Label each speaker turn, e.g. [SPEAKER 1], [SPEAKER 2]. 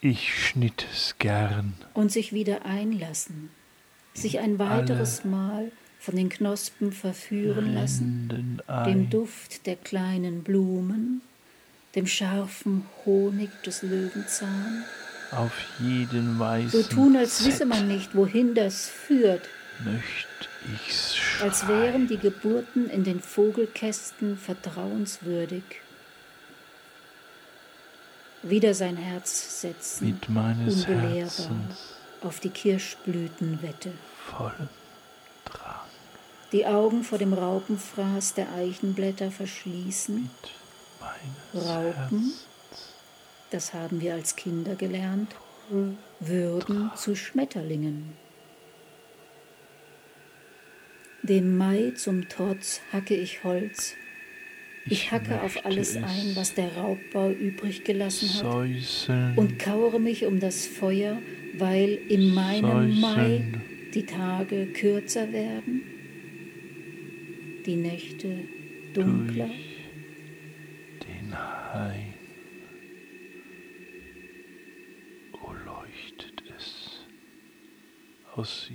[SPEAKER 1] ich schnitt es gern.
[SPEAKER 2] und sich wieder einlassen, sich ein weiteres Mal von den Knospen verführen lassen,
[SPEAKER 1] Linden
[SPEAKER 2] dem
[SPEAKER 1] ein.
[SPEAKER 2] Duft der kleinen Blumen, dem scharfen Honig des Löwenzahn,
[SPEAKER 1] Auf jeden
[SPEAKER 2] so
[SPEAKER 1] weißen
[SPEAKER 2] tun, als
[SPEAKER 1] Zett
[SPEAKER 2] wisse man nicht, wohin das führt,
[SPEAKER 1] möcht ich's
[SPEAKER 2] als
[SPEAKER 1] schreien.
[SPEAKER 2] wären die Geburten in den Vogelkästen vertrauenswürdig. Wieder sein Herz setzen,
[SPEAKER 1] mit meines
[SPEAKER 2] unbelehrbar
[SPEAKER 1] Herzens
[SPEAKER 2] auf die Kirschblütenwette.
[SPEAKER 1] vollen Drang
[SPEAKER 2] die Augen vor dem Raupenfraß der Eichenblätter verschließen.
[SPEAKER 1] mit meines
[SPEAKER 2] Raupen?
[SPEAKER 1] Herzens
[SPEAKER 2] Das haben wir als Kinder gelernt. Würden zu Schmetterlingen. Dem Mai zum Trotz hacke ich Holz. Ich, hacke auf
[SPEAKER 1] möchte
[SPEAKER 2] alles
[SPEAKER 1] es
[SPEAKER 2] ein, was der Raubbau übrig gelassen hat.
[SPEAKER 1] säuseln
[SPEAKER 2] und kaure mich um das Feuer, weil in
[SPEAKER 1] Säuseln.
[SPEAKER 2] meinem Mai die Tage kürzer werden, die Nächte dunkler.
[SPEAKER 1] den Hain. Oh, O leuchtet es aus